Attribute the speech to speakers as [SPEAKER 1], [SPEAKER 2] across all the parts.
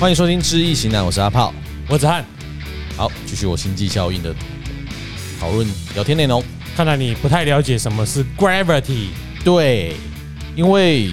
[SPEAKER 1] 欢迎收听《知易行难》，我是阿炮。
[SPEAKER 2] 我子翰，
[SPEAKER 1] 好，继续我星际效应的讨论聊天内容。
[SPEAKER 2] 看来你不太了解什么是 gravity。
[SPEAKER 1] 对，因为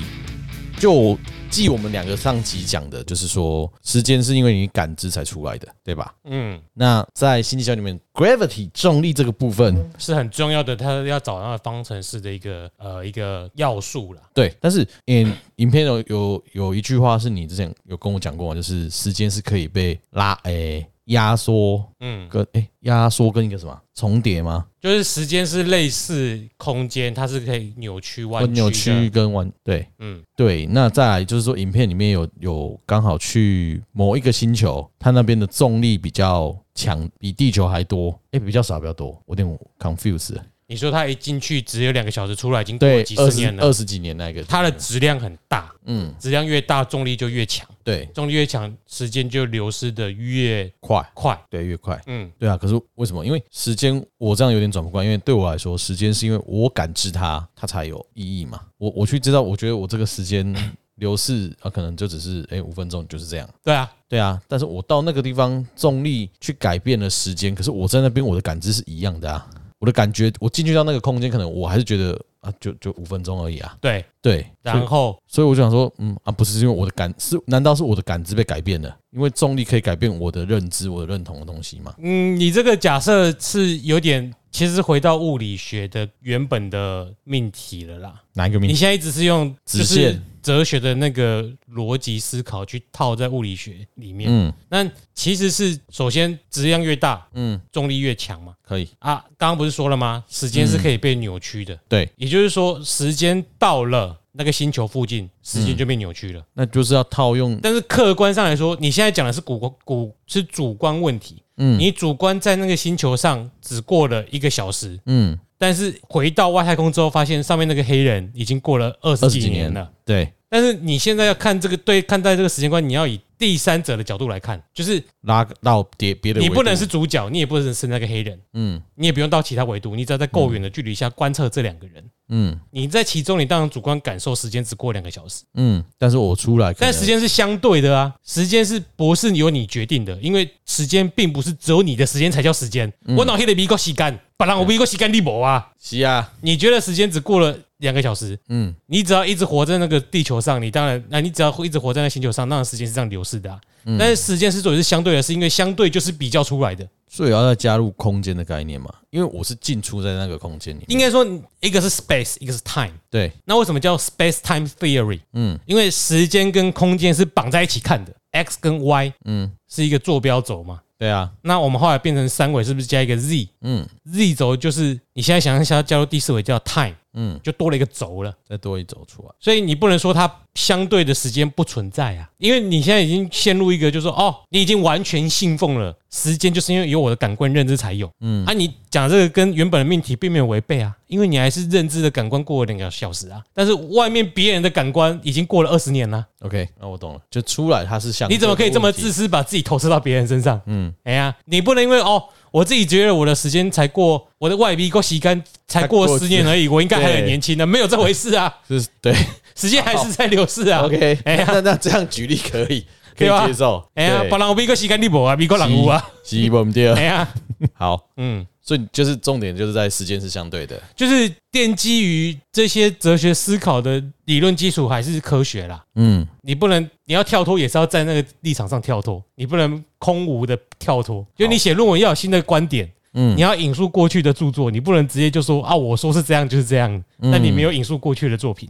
[SPEAKER 1] 就记我们两个上集讲的，就是说时间是因为你感知才出来的，对吧？
[SPEAKER 2] 嗯，
[SPEAKER 1] 那在星际效应里面，gravity 重力这个部分，
[SPEAKER 2] 是很重要的，它要找到方程式的一个呃一个要素啦。
[SPEAKER 1] 对，但是 in 影片有有有一句话是你之前有跟我讲过嘛，就是时间是可以被拉诶压缩
[SPEAKER 2] 嗯，
[SPEAKER 1] 跟诶压缩跟一个什么重叠吗？
[SPEAKER 2] 就是时间是类似空间，它是可以扭曲弯曲
[SPEAKER 1] 跟
[SPEAKER 2] 的。
[SPEAKER 1] 扭曲跟完对。
[SPEAKER 2] 嗯，
[SPEAKER 1] 对，那再来就是说，影片里面有有刚好去某一个星球，它那边的重力比较强，比地球还多，诶，比较少，比较多，我有点 confuse 了。
[SPEAKER 2] 你说它一进去只有两个小时，出来已经过了
[SPEAKER 1] 对
[SPEAKER 2] 几，
[SPEAKER 1] 二
[SPEAKER 2] 十
[SPEAKER 1] 十
[SPEAKER 2] 年了
[SPEAKER 1] 二。十几年那个，
[SPEAKER 2] 它的质量很大，
[SPEAKER 1] 嗯，
[SPEAKER 2] 质量越大，重力就越强，
[SPEAKER 1] 对，
[SPEAKER 2] 重力越强，时间就流失的越
[SPEAKER 1] 快，
[SPEAKER 2] 快。
[SPEAKER 1] 对，越快，
[SPEAKER 2] 嗯，
[SPEAKER 1] 对啊。可是为什么？因为时间，我这样有点转不过来，因为对我来说，时间是因为我感知它，它才有意义嘛。我我去知道，我觉得我这个时间流逝啊，可能就只是诶五分钟，就是这样。
[SPEAKER 2] 对啊，
[SPEAKER 1] 对啊，但是我到那个地方，重力去改变了时间，可是我在那边我的感知是一样的啊，我的感觉，我进去到那个空间，可能我还是觉得啊，就就五分钟而已啊，
[SPEAKER 2] 对。
[SPEAKER 1] 对，所
[SPEAKER 2] 然
[SPEAKER 1] 以
[SPEAKER 2] 后
[SPEAKER 1] 所以我就想说，嗯啊，不是因为我的感是，难道是我的感知被改变了？因为重力可以改变我的认知，我的认同的东西嘛？
[SPEAKER 2] 嗯，你这个假设是有点，其实回到物理学的原本的命题了啦。
[SPEAKER 1] 哪一个
[SPEAKER 2] 你
[SPEAKER 1] 命？
[SPEAKER 2] 现在一直是用就
[SPEAKER 1] 直
[SPEAKER 2] 是
[SPEAKER 1] 线
[SPEAKER 2] 哲学的那个逻辑思考去套在物理学里面。
[SPEAKER 1] 嗯
[SPEAKER 2] 那其实是首先质量越大，
[SPEAKER 1] 嗯，
[SPEAKER 2] 重力越强嘛。
[SPEAKER 1] 可以，
[SPEAKER 2] 啊，刚刚不是说了吗？时间是可以被扭曲的，
[SPEAKER 1] 对，
[SPEAKER 2] 也就是说，时间到了那个星球附近，时
[SPEAKER 1] 嗯
[SPEAKER 2] 间就被扭曲了。
[SPEAKER 1] 那就是要套用，
[SPEAKER 2] 但是客观上来说，你现在讲的是主观主是主观问题。
[SPEAKER 1] 嗯
[SPEAKER 2] 你主观在那个星球上只过了一个小时，
[SPEAKER 1] 嗯，
[SPEAKER 2] 但是回到外太空之后，发现上面那个黑人已经过了二十
[SPEAKER 1] 二十
[SPEAKER 2] 几
[SPEAKER 1] 几
[SPEAKER 2] 年
[SPEAKER 1] 年
[SPEAKER 2] 了。
[SPEAKER 1] 对，
[SPEAKER 2] 但是你现在要看这个对看待这个时间观，你要以第三者的角度来看，就是
[SPEAKER 1] 拉到别别的维
[SPEAKER 2] 你
[SPEAKER 1] 度，
[SPEAKER 2] 不能是主角，你也不能是那个黑人，
[SPEAKER 1] 嗯
[SPEAKER 2] 你也不用到其他维度，你只要在够远的距离下观测这两个人。
[SPEAKER 1] 嗯
[SPEAKER 2] 你在其中，你当然主观感受时间只过两个小时，
[SPEAKER 1] 嗯，但是我出来可能，
[SPEAKER 2] 但时间是相对的啊，时间是不是由你决定的？因为时间并不是只有你的时间才叫时间。
[SPEAKER 1] 嗯
[SPEAKER 2] 我脑黑的比个洗干，把人我比个洗干力薄啊！
[SPEAKER 1] 是啊，
[SPEAKER 2] 你觉得时间只过了两个小时，
[SPEAKER 1] 嗯
[SPEAKER 2] 你只要一直活在那个地球上，你当然，啊那、你只要一直活在那星球上，当然时间是这样流逝的、啊。
[SPEAKER 1] 嗯
[SPEAKER 2] 但是时间之所以是相对的，是因为相对就是比较出来的。
[SPEAKER 1] 所以要再加入空间的概念嘛，因为我是进出在那个空间里面。
[SPEAKER 2] 应该说，一个是 space，一个是 time。
[SPEAKER 1] 对，
[SPEAKER 2] 那为什么叫 space time theory？
[SPEAKER 1] 嗯
[SPEAKER 2] 因为时间跟空间是绑在一起看的，x 跟 y
[SPEAKER 1] 嗯，
[SPEAKER 2] 是一个坐标轴嘛。
[SPEAKER 1] 对啊，
[SPEAKER 2] 那我们后来变成三维，是不是加一个 z？z
[SPEAKER 1] 嗯
[SPEAKER 2] 轴就是你现在想象一下，加入第四维叫 time，
[SPEAKER 1] 嗯，
[SPEAKER 2] 就多了一个轴了。
[SPEAKER 1] 再多一走出来，
[SPEAKER 2] 所以你不能说它相对的时间不存在啊，因为你现在已经陷入一个就是说哦，你已经完全信奉了时间，就是因为有我的感官认知才有。嗯，啊，你讲这个跟原本的命题并没有违背啊，因为你还是认知的感官过了两个小时啊，但是外面别人的感官已经过了二十年了，啊
[SPEAKER 1] OK，那我懂了，就出来它是像
[SPEAKER 2] 你怎么可以这么自
[SPEAKER 1] 私？
[SPEAKER 2] 私，把自己投射到别人身上？
[SPEAKER 1] 嗯，
[SPEAKER 2] 哎呀，你不能因为哦，我自己觉得我的时间才过，我的外逼够洗干才过十年而已，我应该还很年轻呢，没有这回事啊，
[SPEAKER 1] 是对
[SPEAKER 2] 时间还是在流逝啊。
[SPEAKER 1] ，OK，
[SPEAKER 2] 哎呀
[SPEAKER 1] 那那这样举例可 以，可
[SPEAKER 2] 对吧
[SPEAKER 1] 以接受。
[SPEAKER 2] 哎呀，别人有比过时间你无啊，比过人有啊。
[SPEAKER 1] 是，是我们第二
[SPEAKER 2] 哎呀，
[SPEAKER 1] 好，
[SPEAKER 2] 嗯，
[SPEAKER 1] 所以就是重点就是在时间是相对的，
[SPEAKER 2] 就是奠基于这些哲学思考的理论基础还是科学啦。
[SPEAKER 1] 嗯，
[SPEAKER 2] 你不能，你要跳脱也是要在那个立场上跳脱，你不能空无的跳脱。就你写论文要有新的观点，
[SPEAKER 1] 嗯
[SPEAKER 2] 嗯，你要引述过去的著作，你不能直接就说啊，我说是这样就是这样，
[SPEAKER 1] 嗯
[SPEAKER 2] 那你没有引述过去的作品。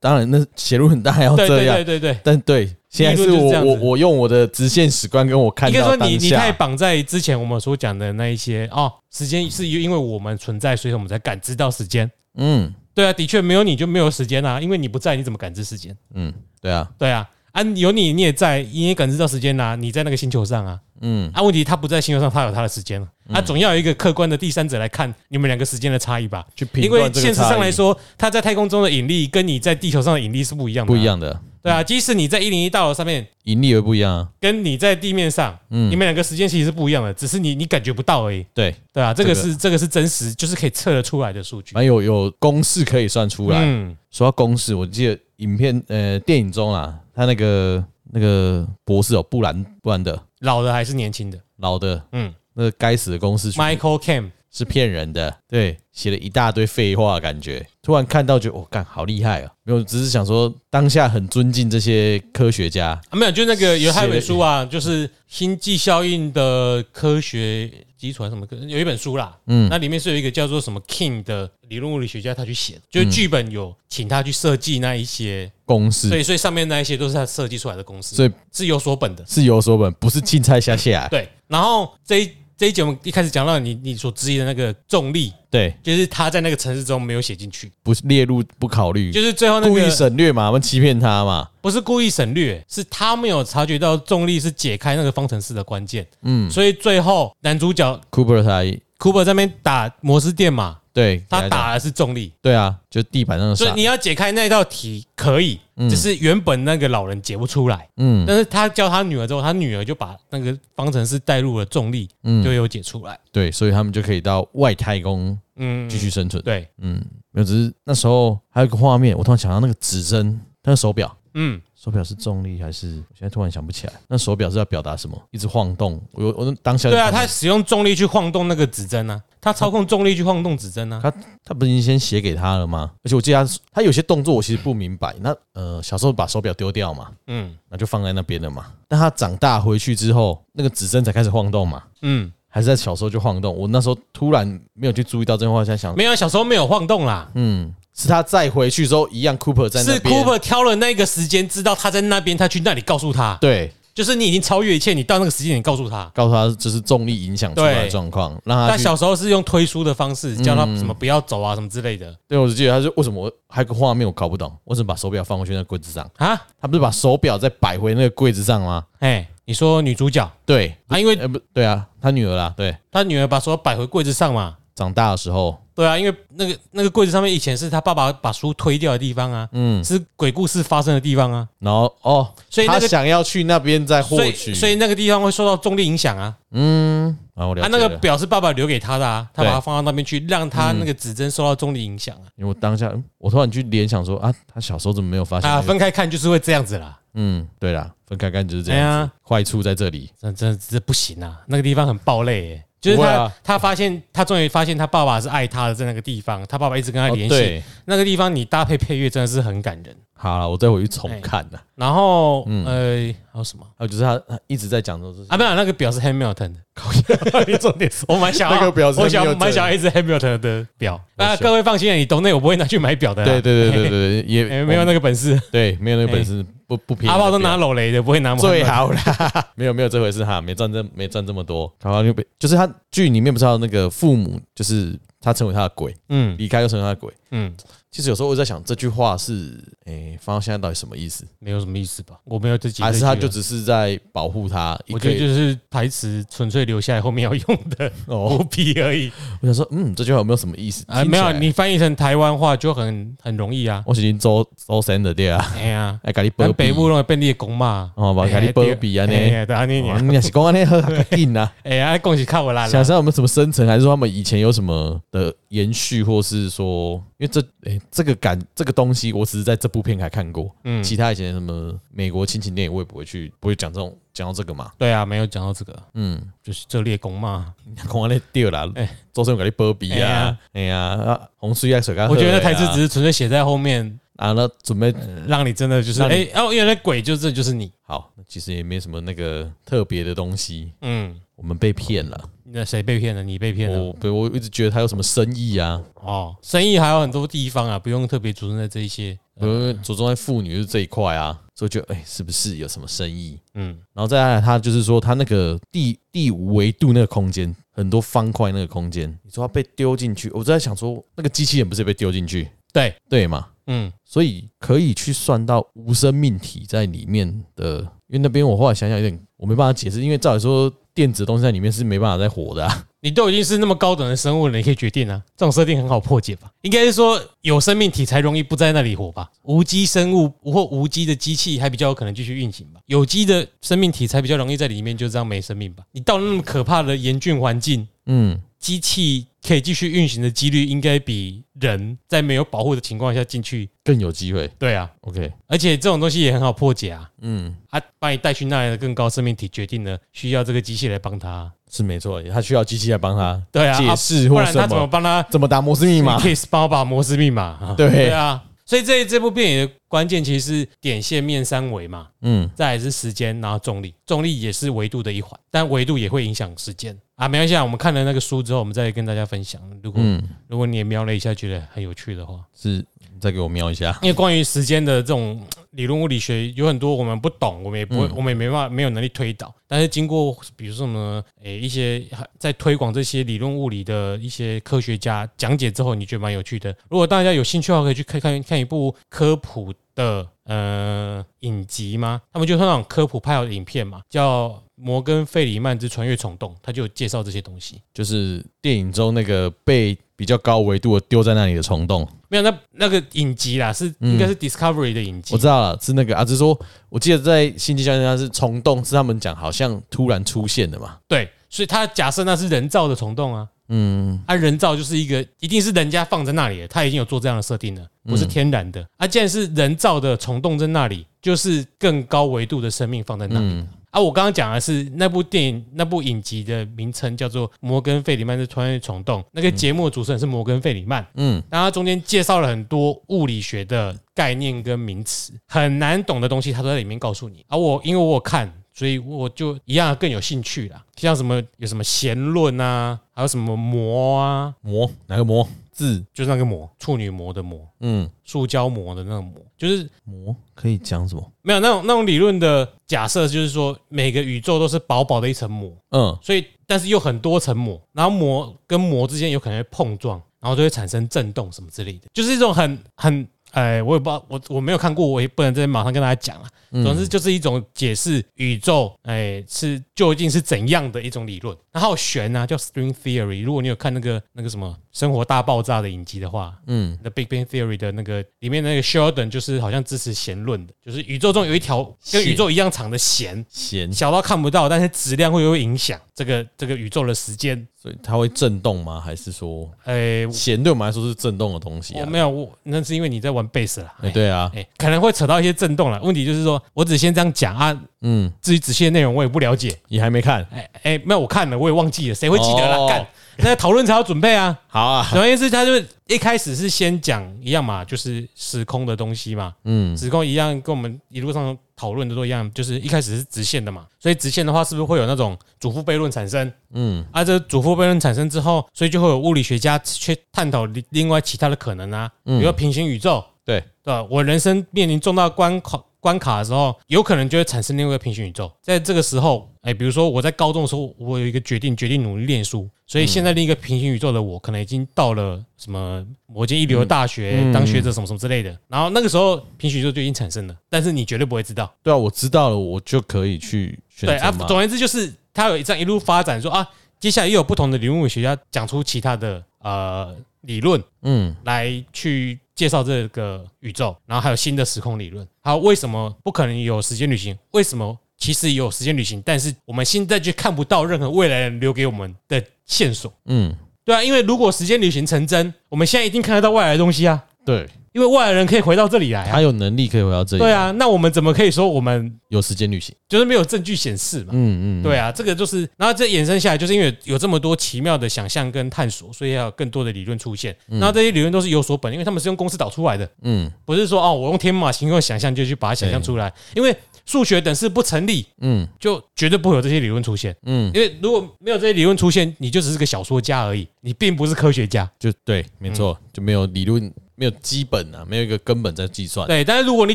[SPEAKER 1] 当然那写入很大还要
[SPEAKER 2] 对
[SPEAKER 1] 哦这
[SPEAKER 2] 对
[SPEAKER 1] 样
[SPEAKER 2] 对，对对。
[SPEAKER 1] 但对，现在是
[SPEAKER 2] 理论就是
[SPEAKER 1] 我
[SPEAKER 2] 这样子
[SPEAKER 1] 我我用我的直线史观跟我看
[SPEAKER 2] 应该
[SPEAKER 1] 到
[SPEAKER 2] 说
[SPEAKER 1] 当
[SPEAKER 2] 你你
[SPEAKER 1] 下
[SPEAKER 2] 太绑在之前我们所讲的那一些哦，时间是因为我们存在，所以我们才感知到时间。
[SPEAKER 1] 嗯
[SPEAKER 2] 对啊，的确没有你就没有时间啊，因为你不在，你怎么感知时间？
[SPEAKER 1] 嗯，对啊，
[SPEAKER 2] 对啊，啊有你你也在，你也感知到时间啦、你在那个星球上啊，
[SPEAKER 1] 嗯
[SPEAKER 2] 啊问题他不在星球上，他有他的时间了、啊，总要有一个客观的第三者来看你们两个时间的差异吧。
[SPEAKER 1] 去评
[SPEAKER 2] 因
[SPEAKER 1] 断
[SPEAKER 2] 为
[SPEAKER 1] 这个
[SPEAKER 2] 现实
[SPEAKER 1] 差
[SPEAKER 2] 上
[SPEAKER 1] 异
[SPEAKER 2] 来说，他在太空中的引力跟你在地球上的引力是不一样的、
[SPEAKER 1] 不一。样的，
[SPEAKER 2] 对啊，即使你在一零一大楼上面，
[SPEAKER 1] 盈利会不一样啊。
[SPEAKER 2] 跟你在地面上，
[SPEAKER 1] 嗯
[SPEAKER 2] 你们两个时间其实是不一样的，只是你你感觉不到而已。
[SPEAKER 1] 对，
[SPEAKER 2] 对啊，这个
[SPEAKER 1] 这个
[SPEAKER 2] 是这个是真实，就是可以测得出来的数据。
[SPEAKER 1] 蛮有有公式可以算出来。
[SPEAKER 2] 嗯，
[SPEAKER 1] 说到公式，我记得影片呃电影中啊，他那个那个博士哦，布兰布兰的
[SPEAKER 2] 老的还是年轻的？
[SPEAKER 1] 老的，
[SPEAKER 2] 嗯
[SPEAKER 1] 那个该死的公司
[SPEAKER 2] ，Michael Cam，
[SPEAKER 1] 是骗人的，对，写了一大堆废话，感觉突然看到觉得我干、好厉害啊！没有，只是想说当下很尊敬这些科学家，
[SPEAKER 2] 啊，没有，就那个有还有一本书啊，就是《星际效应的科学基础》还是什么科，有一本书啦。嗯，那里面是有一个叫做什么 King 的理论物理学家，他去写的，就是剧本有请他去设计那一些，
[SPEAKER 1] 公
[SPEAKER 2] 所以
[SPEAKER 1] 式
[SPEAKER 2] 所以上面那一些都是他设计出来的公式，
[SPEAKER 1] 所以
[SPEAKER 2] 是有所本的。
[SPEAKER 1] 是有所本，不是竞猜下下。
[SPEAKER 2] 对，然后这一这一节我们一开始讲到你你所质疑的那个重力，
[SPEAKER 1] 对，
[SPEAKER 2] 就是他在那个城市中没有写进去，
[SPEAKER 1] 不是列入不考虑，
[SPEAKER 2] 就是最后那
[SPEAKER 1] 嗯故意
[SPEAKER 2] 个
[SPEAKER 1] 省略嘛，他们欺骗他嘛。
[SPEAKER 2] 不是故意省略，是他没有察觉到重力是解开那个方程式的关键。嗯，所以最后男主角
[SPEAKER 1] Cooper 他
[SPEAKER 2] Cooper 在那边打摩斯电码，
[SPEAKER 1] 对
[SPEAKER 2] 他
[SPEAKER 1] 给
[SPEAKER 2] 打的是重力，
[SPEAKER 1] 对啊，就地板上的
[SPEAKER 2] 所以
[SPEAKER 1] 沙
[SPEAKER 2] 你，要解开那道题可以，只是原本那个老人解不出来。
[SPEAKER 1] 嗯
[SPEAKER 2] 但是他教他女儿之后，他女儿就把那个方程式带入了重力，
[SPEAKER 1] 嗯
[SPEAKER 2] 就有解出来。
[SPEAKER 1] 对，所以他们就可以到外太空
[SPEAKER 2] 嗯，
[SPEAKER 1] 继续生存。
[SPEAKER 2] 对，
[SPEAKER 1] 嗯，没有，只是那时候还有一个画面，我突然想到那个指针，那个手表，
[SPEAKER 2] 嗯，
[SPEAKER 1] 手表是重力还是？我现在突然想不起来。那手表是要表达什么？一直晃动。我我我当下就
[SPEAKER 2] 对啊，
[SPEAKER 1] 看
[SPEAKER 2] 他使用重力去晃动那个指针啊，他操控重力去晃动指针啊。
[SPEAKER 1] 他他不是已经先写给他了吗？而且我记得他他有些动作我其实不明白。那呃小时候把手表丢掉嘛，
[SPEAKER 2] 嗯
[SPEAKER 1] 那就放在那边了嘛。但他长大回去之后，那个指针才开始晃动嘛，
[SPEAKER 2] 嗯，
[SPEAKER 1] 还是在小时候就晃动？我那时候突然没有去注意到这句话，现在想，
[SPEAKER 2] 嗯没有，小时候没有晃动啦，
[SPEAKER 1] 嗯，是他再回去之后一样，Cooper 在那
[SPEAKER 2] 是
[SPEAKER 1] 边。
[SPEAKER 2] Cooper 挑了那个时间，知道他在那边，他去那里告诉他，
[SPEAKER 1] 对，
[SPEAKER 2] 就是你已经超越一切，你到那个时间点告诉他。
[SPEAKER 1] 告诉他这是重力影响出来的
[SPEAKER 2] 对
[SPEAKER 1] 状况，让他
[SPEAKER 2] 但
[SPEAKER 1] 啊去嗯
[SPEAKER 2] 小时候是用推书的方式教他什么不要走啊什么之类的
[SPEAKER 1] 对，我只记得他是为什么我还有个画面我搞不懂，为什么把手表放回去那柜子上？
[SPEAKER 2] 啊。
[SPEAKER 1] 他不是把手表再摆回那个柜子上吗？
[SPEAKER 2] 哎，你说女主角
[SPEAKER 1] 对，
[SPEAKER 2] 啊，因为
[SPEAKER 1] 呃不对啊，他女儿啦，对，
[SPEAKER 2] 她女儿把手摆回柜子上嘛。
[SPEAKER 1] 长大的时候，
[SPEAKER 2] 对啊，因为那个那个柜子上面以前是他爸爸把书推掉的地方啊，嗯，是鬼故事发生的地方啊，
[SPEAKER 1] 然后哦，
[SPEAKER 2] 所以那
[SPEAKER 1] 他
[SPEAKER 2] 个
[SPEAKER 1] 想要去那边再获
[SPEAKER 2] 所以
[SPEAKER 1] 取，
[SPEAKER 2] 所以那个地方会受到重力影响啊。
[SPEAKER 1] 嗯，啊我了
[SPEAKER 2] 他
[SPEAKER 1] 解
[SPEAKER 2] 那
[SPEAKER 1] 了，
[SPEAKER 2] 个表是爸爸留给他的啊，他
[SPEAKER 1] 对嗯
[SPEAKER 2] 把它放到那边去，让他那个指针受到重力影响啊。
[SPEAKER 1] 因为我当下嗯我突然去联想说啊，他小时候怎么没有发现那
[SPEAKER 2] 啊，
[SPEAKER 1] 个？
[SPEAKER 2] 分开看就是会这样子啦。
[SPEAKER 1] 嗯，对啦，分开干就是这
[SPEAKER 2] 哎
[SPEAKER 1] 样，
[SPEAKER 2] 呀，
[SPEAKER 1] 坏处在这里，
[SPEAKER 2] 这这这不行啊！那个地方很暴累、欸，就是
[SPEAKER 1] 不
[SPEAKER 2] 他、
[SPEAKER 1] 会啊
[SPEAKER 2] 他发现他终于发现他爸爸是爱他的，在那个地方，他爸爸一直跟他
[SPEAKER 1] 哦
[SPEAKER 2] 联系。
[SPEAKER 1] 对，
[SPEAKER 2] 那个地方你搭配配乐真的是很感人。
[SPEAKER 1] 好了，我再回去重看了。
[SPEAKER 2] 然后、
[SPEAKER 1] 嗯
[SPEAKER 2] 呃还有什么
[SPEAKER 1] 还有就是他他一直在讲说这是
[SPEAKER 2] 啊？没有，那个表是 Hamilton 的。 你重点是，我蛮想要
[SPEAKER 1] 那个表是
[SPEAKER 2] 我想
[SPEAKER 1] Hamilton
[SPEAKER 2] 蛮想要一只 Hamilton 的表。
[SPEAKER 1] 我
[SPEAKER 2] 啊，
[SPEAKER 1] 想
[SPEAKER 2] 各位放心啊，你懂内我不会拿去买表的啦。
[SPEAKER 1] 对对对对对对，也
[SPEAKER 2] 啊
[SPEAKER 1] 哦
[SPEAKER 2] 哎，没有那个本事，
[SPEAKER 1] 对，没有那个本事，不不便宜。
[SPEAKER 2] 阿豹都拿老雷的，不会拿摩
[SPEAKER 1] 最好啦， 没有没有这回事哈，没赚这没赚这么多，搞
[SPEAKER 2] 啊
[SPEAKER 1] 到就被就是他剧里面不知道那个父母就是他成为他的鬼，
[SPEAKER 2] 嗯
[SPEAKER 1] 离开又成为他的鬼。
[SPEAKER 2] 嗯，
[SPEAKER 1] 其实有时候我在想这句话是诶、放到现在到底什么意思？
[SPEAKER 2] 没有什么意思吧？我没有这几，
[SPEAKER 1] 还是他就只是在保护他？
[SPEAKER 2] 我觉得
[SPEAKER 1] 一个
[SPEAKER 2] 就是台词纯粹留下来后面要用的
[SPEAKER 1] 哦，
[SPEAKER 2] 伏笔而已。
[SPEAKER 1] 我想说，嗯，这句话有没有什么意思？
[SPEAKER 2] 啊，
[SPEAKER 1] 听
[SPEAKER 2] 没
[SPEAKER 1] 起来
[SPEAKER 2] 有，你翻译成台湾话就很很容易啊。
[SPEAKER 1] 我是经周周深的对 啊，
[SPEAKER 2] 哎呀，
[SPEAKER 1] 哎，咖喱波
[SPEAKER 2] 咱
[SPEAKER 1] 比
[SPEAKER 2] 北，部拢会变你的公嘛。
[SPEAKER 1] 哦，把咖喱波比啊呢，
[SPEAKER 2] 哎呀，对啊，你
[SPEAKER 1] 哦你也是讲安尼好劲 啊。
[SPEAKER 2] 哎呀，恭喜看我啦。
[SPEAKER 1] 想知道有没有什么深层，还是说他们以前有什么的延续，或是说，因为这诶、这个感这个东西，我只是在这部片还看过，
[SPEAKER 2] 嗯，
[SPEAKER 1] 其他以前什么美国亲情电影，我也不会去不会讲这种讲到这个嘛，
[SPEAKER 2] 对啊，没有讲到这个，
[SPEAKER 1] 嗯，
[SPEAKER 2] 就是这列公嘛。
[SPEAKER 1] 看完那掉啦
[SPEAKER 2] 哎，
[SPEAKER 1] 周深有给你波比
[SPEAKER 2] 哎
[SPEAKER 1] 啊
[SPEAKER 2] 呀，
[SPEAKER 1] 哎呀，啊洪水啊水干，
[SPEAKER 2] 我觉得那台词只是纯粹写在后面，
[SPEAKER 1] 啊，那准备
[SPEAKER 2] 让你真的就是
[SPEAKER 1] 让你
[SPEAKER 2] 哎哦，原来鬼就这就是你。
[SPEAKER 1] 好，那其实也没什么那个特别的东西，
[SPEAKER 2] 嗯，
[SPEAKER 1] 我们被骗了，
[SPEAKER 2] 那谁被骗了？你被骗了。
[SPEAKER 1] 我我一直觉得他有什么深意啊，
[SPEAKER 2] 哦，生意还有很多地方啊，不用特别着重在这一些。
[SPEAKER 1] 因为着重在妇女是这一块啊，所以觉得哎、是不是有什么深意？
[SPEAKER 2] 嗯，
[SPEAKER 1] 然后再来，它就是说，它那个第第五维度那个空间，很多方块那个空间，你说它被丢进去，我就在想说，那个机器人不是也被丢进去，
[SPEAKER 2] 对，
[SPEAKER 1] 对嘛？
[SPEAKER 2] 嗯，
[SPEAKER 1] 所以可以去算到无生命体在里面的，因为那边我后来想想有点，我没办法解释，因为照理说电子的东西在里面是没办法再活的、啊，
[SPEAKER 2] 你都已经是那么高等的生物了，你可以决定啊，这种设定很好破解吧？应该是说有生命体才容易不在那里活吧？无机生物或无机的机器还比较有可能继续运行吧？有机的生命体才比较容易在里面就这样没生命吧？你到那么可怕的严峻环境，
[SPEAKER 1] 嗯，
[SPEAKER 2] 机器可以继续运行的几率，应该比人在没有保护的情况下进去。
[SPEAKER 1] 更有机会。
[SPEAKER 2] 对啊，
[SPEAKER 1] OK，
[SPEAKER 2] 而且这种东西也很好破解啊，
[SPEAKER 1] 嗯，
[SPEAKER 2] 啊，把你带去那里的更高生命体，决定了需要这个机器来帮他。
[SPEAKER 1] 是没错，他需要机器来帮他
[SPEAKER 2] 对啊，
[SPEAKER 1] 解
[SPEAKER 2] 啊
[SPEAKER 1] 释
[SPEAKER 2] 不
[SPEAKER 1] 或
[SPEAKER 2] 然他
[SPEAKER 1] 什
[SPEAKER 2] 怎么
[SPEAKER 1] 么，
[SPEAKER 2] 帮他
[SPEAKER 1] 怎么打摩斯密码
[SPEAKER 2] 你可。以帮我把摩斯密 码。
[SPEAKER 1] 对
[SPEAKER 2] 对啊，所以这这部电影的关键其实是点线面三维嘛，
[SPEAKER 1] 嗯，
[SPEAKER 2] 再来是时间，然后重力，重力也是维度的一环，但维度也会影响时间啊。没关系啊，我们看了那个书之后，我们再跟大家分享。如果、
[SPEAKER 1] 嗯，
[SPEAKER 2] 如果你也瞄了一下，觉得很有趣的话，
[SPEAKER 1] 是再给我瞄一下。
[SPEAKER 2] 因为关于时间的这种呃理论物理学有很多我们不懂，我们也不会，
[SPEAKER 1] 嗯
[SPEAKER 2] 我们也没办法没有能力推导。但是经过比如说什么诶、一些在推广这些理论物理的一些科学家讲解之后，你觉得蛮有趣的。如果大家有兴趣的话，可以去看看看一部科普的呃影集吗？他们就是那种科普派的影片嘛，叫《摩根费里曼之穿越虫洞》，他就有介绍这些东西。
[SPEAKER 1] 就是电影中那个被比较高维度的丢在那里的虫洞，
[SPEAKER 2] 没有，那那个影集啦，是应该是 Discovery 的影集。
[SPEAKER 1] 我知道了，是那个啊，只是说我记得在《星际效应》它是虫洞，是他们讲好像突然出现的嘛。
[SPEAKER 2] 对，所以他假设那是人造的虫洞啊，
[SPEAKER 1] 嗯，
[SPEAKER 2] 它、人造就是一个一定是人家放在那里的，他已经有做这样的设定了，不
[SPEAKER 1] 嗯
[SPEAKER 2] 是天然的。啊，既然是人造的虫洞在那里，就是更高维度的生命放在那里。
[SPEAKER 1] 嗯
[SPEAKER 2] 啊，我刚刚讲的是那部电影、那部影集的名称叫做《摩根·费里曼的穿越虫洞》，那个节目的主持人是摩根·费里曼，
[SPEAKER 1] 嗯，
[SPEAKER 2] 那他中间介绍了很多物理学的概念跟名词，很难懂的东西，他都在里面告诉你。啊，我因为我有看，所以我就一样更有兴趣啦。像什么有什么弦论啊，还有什么膜啊，
[SPEAKER 1] 魔哪个魔字？
[SPEAKER 2] 就是那个膜，处女膜的膜，
[SPEAKER 1] 嗯，
[SPEAKER 2] 塑胶膜的那个膜，就是
[SPEAKER 1] 魔可以讲什么？
[SPEAKER 2] 没有那种那种理论的假设，就是说每个宇宙都是薄薄的一层膜，
[SPEAKER 1] 嗯，
[SPEAKER 2] 所以但是又很多层膜，然后膜跟膜之间有可能会碰撞，然后就会产生震动什么之类的，就是一种很很。哎，我也不知道，我我没有看过，我也不能在马上跟大家讲啊。总之就是一种解释宇宙，哎，是究竟是怎样的一种理论。然后弦啊，叫 string theory。如果你有看那个那个什么《生活大爆炸》的影集的话，
[SPEAKER 1] 嗯
[SPEAKER 2] 嗯，《The Big Bang Theory》的那个里面那个 Sheldon 就是好像支持弦论的，就是宇宙中有一条跟宇宙一样长的弦，
[SPEAKER 1] 弦，
[SPEAKER 2] 小到看不到，但是质量会不会影响这个这个宇宙的时间？
[SPEAKER 1] 所以它会震动吗？还是说
[SPEAKER 2] 诶、
[SPEAKER 1] 弦对我们来说是啊震动的东西
[SPEAKER 2] 我
[SPEAKER 1] 啊？
[SPEAKER 2] 没有，我那是因为你在玩贝斯啦。
[SPEAKER 1] 哎，对啊，
[SPEAKER 2] 诶、可能会扯到一些震动了。问题就是说，我只先这样讲啊，
[SPEAKER 1] 嗯，
[SPEAKER 2] 至于仔细的内容我也不了解。
[SPEAKER 1] 你还没看？
[SPEAKER 2] 哎、哎、没有，我看了，我也忘记了，谁会记得啦？
[SPEAKER 1] 哦
[SPEAKER 2] 干、那讨论才要准 备啊。
[SPEAKER 1] 好啊，
[SPEAKER 2] 总而言之，他就一开始是先讲一样嘛，就是时空的东西嘛，
[SPEAKER 1] 嗯，
[SPEAKER 2] 时空一样，跟我们一路上讨论的都一样，就是一开始是直线的嘛，所以直线的话是不是会有那种祖父悖论产生？
[SPEAKER 1] 嗯
[SPEAKER 2] 啊，这祖父悖论产生之后，所以就会有物理学家去探讨另另外其他的可能啊，
[SPEAKER 1] 嗯
[SPEAKER 2] 比如说平行宇宙，
[SPEAKER 1] 对，
[SPEAKER 2] 对吧？我人生面临重大关考关卡的时候，有可能就会产生另外一个平行宇宙。在这个时候，哎，比如说我在高中的时候，我有一个决定，决定努力念书，所以现在另一个平行宇宙的我，可能已经到了什么某间一流的大学、
[SPEAKER 1] 嗯
[SPEAKER 2] 当学者什么什么之类的。然后那个时候平行宇宙就已经产生了，但是你绝对不会知道。
[SPEAKER 1] 对啊，我知道了，我就可以去选
[SPEAKER 2] 对啊，
[SPEAKER 1] 择嘛。
[SPEAKER 2] 总而言之就是它有这样一路发展说，啊，接下来又有不同的理论物理学家讲出其他的呃理论
[SPEAKER 1] 嗯
[SPEAKER 2] 来去介绍这个宇宙，然后还有新的时空理论，还有为什么不可能有时间旅行？为什么其实有时间旅行，但是我们现在就看不到任何未来人留给我们的线索？
[SPEAKER 1] 嗯，
[SPEAKER 2] 对啊，因为如果时间旅行成真，我们现在一定看得到未来的东西啊，
[SPEAKER 1] 对，
[SPEAKER 2] 因为未来人可以回到这里来啊。
[SPEAKER 1] 他有能力可以回到这里，
[SPEAKER 2] 对，啊，那我们怎么可以说我们
[SPEAKER 1] 有时间旅行。
[SPEAKER 2] 就是没有证据显示嘛？
[SPEAKER 1] 嗯嗯，
[SPEAKER 2] 对啊，这个就是，然后这衍生下来，就是因为有这么多奇妙的想象跟探索，所以要有更多的理论出现。然后这些理论都是有所本，因为他们是用公式导出来的，
[SPEAKER 1] 嗯
[SPEAKER 2] 不是说哦，我用天马行空想象就去把它想象出来，因为数学等式不成立，
[SPEAKER 1] 嗯
[SPEAKER 2] 就绝对不会有这些理论出现。
[SPEAKER 1] 嗯，
[SPEAKER 2] 因为如果没有这些理论出现，你就只是个小说家而已，你并不是科学家。
[SPEAKER 1] 就对，没错，
[SPEAKER 2] 嗯
[SPEAKER 1] 就没有理论，没有基本啊，没有一个根本在计算。
[SPEAKER 2] 对，但是如果你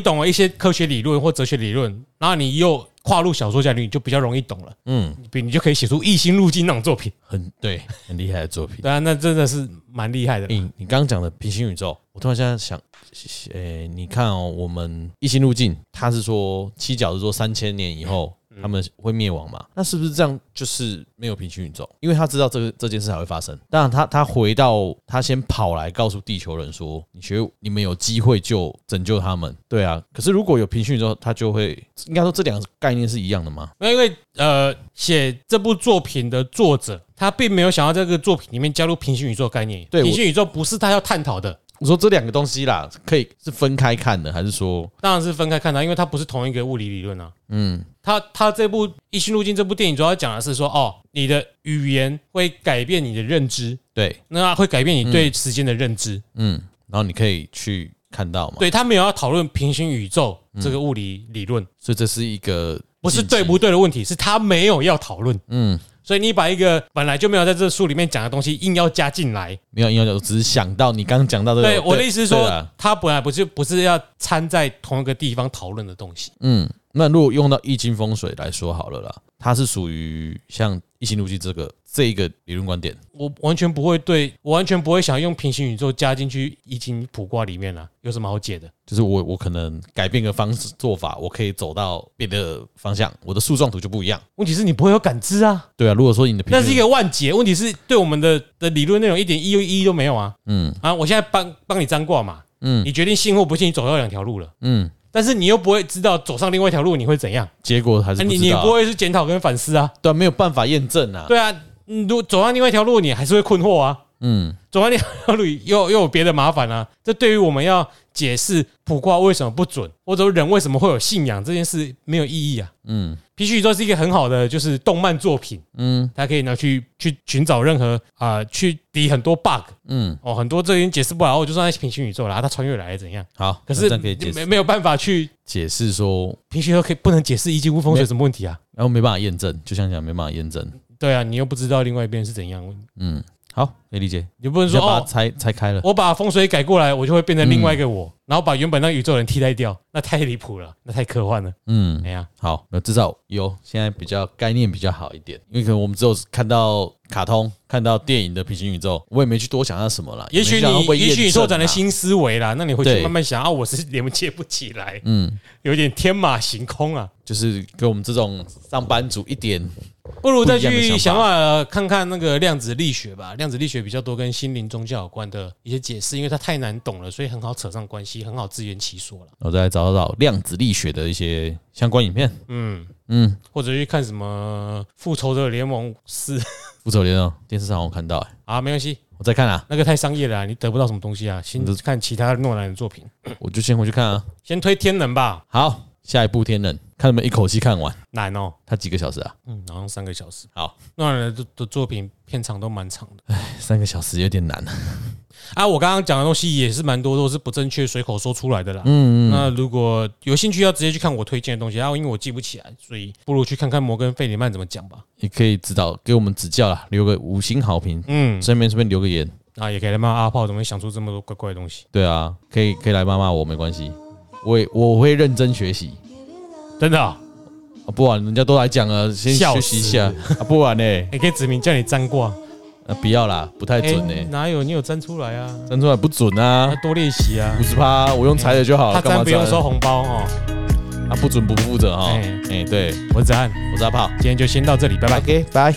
[SPEAKER 2] 懂了一些科学理论或哲学理论，然后你又跨入小说家领域，你就比较容易懂了，
[SPEAKER 1] 嗯，
[SPEAKER 2] 比你就可以写出异星路径那种作品。
[SPEAKER 1] 很对，很厉害的作品。
[SPEAKER 2] 对啊，那真的是蛮厉害的啦。
[SPEAKER 1] 你你刚刚讲的平行宇宙，我突然现在想，诶、你看哦，我们异星路径，它是说七角是说三千年以后他们会灭亡嘛？那是不是这样就是没有平行宇宙？因为他知道这个这件事还会发生，当然他他回到他先跑来告诉地球人说，你学你们有机会就拯救他们，对啊。可是如果有平行宇宙，他就会应该说这两个概念是一样的吗？
[SPEAKER 2] 那因为呃，写这部作品的作者他并没有想要在这个作品里面加入平行宇宙的概念。
[SPEAKER 1] 对我
[SPEAKER 2] 平行宇宙不是他要探讨的，
[SPEAKER 1] 我说这两个东西啦，可以是分开看的，还是说，
[SPEAKER 2] 当然是分开看的，因为它不是同一个物理理论啊。
[SPEAKER 1] 嗯
[SPEAKER 2] 他他这部《异星路径》这部电影主要讲的是说，哦，你的语言会改变你的认知，
[SPEAKER 1] 对，
[SPEAKER 2] 那它会改变你对时间的认知。
[SPEAKER 1] 嗯，然后你可以去看到嘛？
[SPEAKER 2] 对他没有要讨论平行宇宙这个物理理论，
[SPEAKER 1] 所以这是一个
[SPEAKER 2] 不是
[SPEAKER 1] 禁忌
[SPEAKER 2] 对不对的问题，是他没有要讨论。
[SPEAKER 1] 嗯，
[SPEAKER 2] 所以你把一个本来就没有在这书里面讲的东西硬要加进来，
[SPEAKER 1] 没有硬要讲，我只是想到你刚刚讲到这个。
[SPEAKER 2] 对我的意思是
[SPEAKER 1] 对啊
[SPEAKER 2] 说
[SPEAKER 1] 啦，
[SPEAKER 2] 他本来不是不是要掺在同一个地方讨论的东西。
[SPEAKER 1] 嗯，那如果用到易经风水来说好了啦，它是属于像易经路径这个这一个理论观点，
[SPEAKER 2] 我完全不会对，我完全不会想用平行宇宙加进去易经卜卦里面了、啊有什么好解的？
[SPEAKER 1] 就是我我可能改变个方式做法，我可以走到别的方向，我的树状图就不一样。
[SPEAKER 2] 问题是你不会有感知啊，
[SPEAKER 1] 对啊，如果说你的
[SPEAKER 2] 那是一
[SPEAKER 1] 个
[SPEAKER 2] 个万劫。问题是对我们的的理论内容一点意义都没有啊。
[SPEAKER 1] 嗯
[SPEAKER 2] 啊，我现在帮帮你占卦嘛，
[SPEAKER 1] 嗯
[SPEAKER 2] 你决定信或不信，你走到两条路了，
[SPEAKER 1] 嗯，
[SPEAKER 2] 但是你又不会知道走上另外一条路你会怎样，
[SPEAKER 1] 结果还
[SPEAKER 2] 啊
[SPEAKER 1] 是不
[SPEAKER 2] 你
[SPEAKER 1] 知
[SPEAKER 2] 你也
[SPEAKER 1] 道啊
[SPEAKER 2] 不会去检讨跟反思啊。
[SPEAKER 1] 对啊，没有办法验证啊。
[SPEAKER 2] 对啊，你如果走上另外一条路，你还是会困惑啊。
[SPEAKER 1] 嗯，
[SPEAKER 2] 走上另外一条路又又有别的麻烦啊。 这对于我们要解释卜卦为什么不准，或者说人为什么会有信仰这件事没有意义啊。
[SPEAKER 1] 嗯
[SPEAKER 2] 皮须宇宙是一个很好的就是动漫作品，
[SPEAKER 1] 嗯
[SPEAKER 2] 它可以拿去去寻找任何啊、去抵很多 bug
[SPEAKER 1] 嗯，
[SPEAKER 2] 哦，很多这些解释不了，我就算在平行宇宙啦，啊它穿越来怎样？
[SPEAKER 1] 好，那
[SPEAKER 2] 可是
[SPEAKER 1] 这样可以解
[SPEAKER 2] 没
[SPEAKER 1] 释
[SPEAKER 2] 没有办法去
[SPEAKER 1] 解释说，
[SPEAKER 2] 平行宇宙可以不能解释一进无风水什么问题啊？
[SPEAKER 1] 然后没办法验证，就像讲没办法验证。
[SPEAKER 2] 对啊，你又不知道另外一边是怎样，
[SPEAKER 1] 嗯，好，可以理解。
[SPEAKER 2] 你不能
[SPEAKER 1] 你
[SPEAKER 2] 说
[SPEAKER 1] 要把它
[SPEAKER 2] 哦，
[SPEAKER 1] 拆拆开了。
[SPEAKER 2] 我把风水改过来，我就会变成另外一个
[SPEAKER 1] 嗯
[SPEAKER 2] 我，然后把原本那个宇宙人替代掉，那太离谱了，那太科幻了。
[SPEAKER 1] 嗯
[SPEAKER 2] 哎，呀，
[SPEAKER 1] 好，那至少有现在比较概念比较好一点，因为可能我们只有看到卡通、看到电影的平行宇宙，我也没去多想它什么啦。
[SPEAKER 2] 也许
[SPEAKER 1] 没想到会不会
[SPEAKER 2] 你也许你
[SPEAKER 1] 验证
[SPEAKER 2] 拓展了
[SPEAKER 1] 啊，
[SPEAKER 2] 新思维啦，那你回去
[SPEAKER 1] 对
[SPEAKER 2] 慢慢想啊，我是连接不起来，
[SPEAKER 1] 嗯，
[SPEAKER 2] 有点天马行空啊，
[SPEAKER 1] 就是给我们这种上班族一点，
[SPEAKER 2] 不如再
[SPEAKER 1] 不一样
[SPEAKER 2] 去
[SPEAKER 1] 的
[SPEAKER 2] 想
[SPEAKER 1] 想
[SPEAKER 2] 办
[SPEAKER 1] 法
[SPEAKER 2] 法看看那个量子力学吧。量子力学比较多跟心灵宗教有关的一些解释，因为它太难懂了，所以很好扯上关系，很好自圆其说了。
[SPEAKER 1] 我再找找量子力学的一些相关影片。
[SPEAKER 2] 嗯，
[SPEAKER 1] 嗯，
[SPEAKER 2] 或者去看什么《复仇者联盟四》
[SPEAKER 1] 复仇联盟电视上我看到、欸，
[SPEAKER 2] 啊，没关系，
[SPEAKER 1] 我再看啊，
[SPEAKER 2] 那个太商业了啊、你得不到什么东
[SPEAKER 1] 嗯
[SPEAKER 2] 西啊。先看其他诺兰的作品，
[SPEAKER 1] 我就先回去看啊。
[SPEAKER 2] 先推《天能》吧，
[SPEAKER 1] 好，下一部《天能》，看能不能一口气看完，
[SPEAKER 2] 难哦，
[SPEAKER 1] 它几个小时啊？
[SPEAKER 2] 嗯，好像三个小时。
[SPEAKER 1] 好，
[SPEAKER 2] 诺兰的的作品片长都蛮长的。
[SPEAKER 1] 三个小时有点难啊。
[SPEAKER 2] 啊，我刚刚讲的东西也是蛮多都是不正确随口说出来的啦。
[SPEAKER 1] 嗯
[SPEAKER 2] 那如果有兴趣要直接去看我推荐的东西，啊，因为我记不起来，所以不如去看看摩根费里曼怎么讲吧。
[SPEAKER 1] 也可以指导给我们指教啦，留个五星好评，
[SPEAKER 2] 嗯，
[SPEAKER 1] 顺便顺便留个言。
[SPEAKER 2] 啊，也可以来骂阿炮怎么会想出这么多怪怪的东西，
[SPEAKER 1] 对啊，可以可以来骂骂我，没关系，我也我会认真学习。
[SPEAKER 2] 真的啊、
[SPEAKER 1] 啊不然人家都来讲了，先
[SPEAKER 2] 笑
[SPEAKER 1] 学习一下。啊、不然呢、
[SPEAKER 2] 哎你可以指明叫你占卦，
[SPEAKER 1] 啊不要啦，不太
[SPEAKER 2] 哎
[SPEAKER 1] 准呢、
[SPEAKER 2] 哪有你有占出来啊？
[SPEAKER 1] 站出来不准
[SPEAKER 2] 要
[SPEAKER 1] 啊，
[SPEAKER 2] 多练习啊
[SPEAKER 1] 五。十趴，我用裁的就好
[SPEAKER 2] 他
[SPEAKER 1] 了，干嘛
[SPEAKER 2] 占不用
[SPEAKER 1] 猜
[SPEAKER 2] 收红包哦。
[SPEAKER 1] 啊？不准不负责哈。哎、
[SPEAKER 2] 哎
[SPEAKER 1] 对，
[SPEAKER 2] 我是子安，
[SPEAKER 1] 我是阿炮
[SPEAKER 2] 今天就先到这里，拜拜。
[SPEAKER 1] ，OK，拜。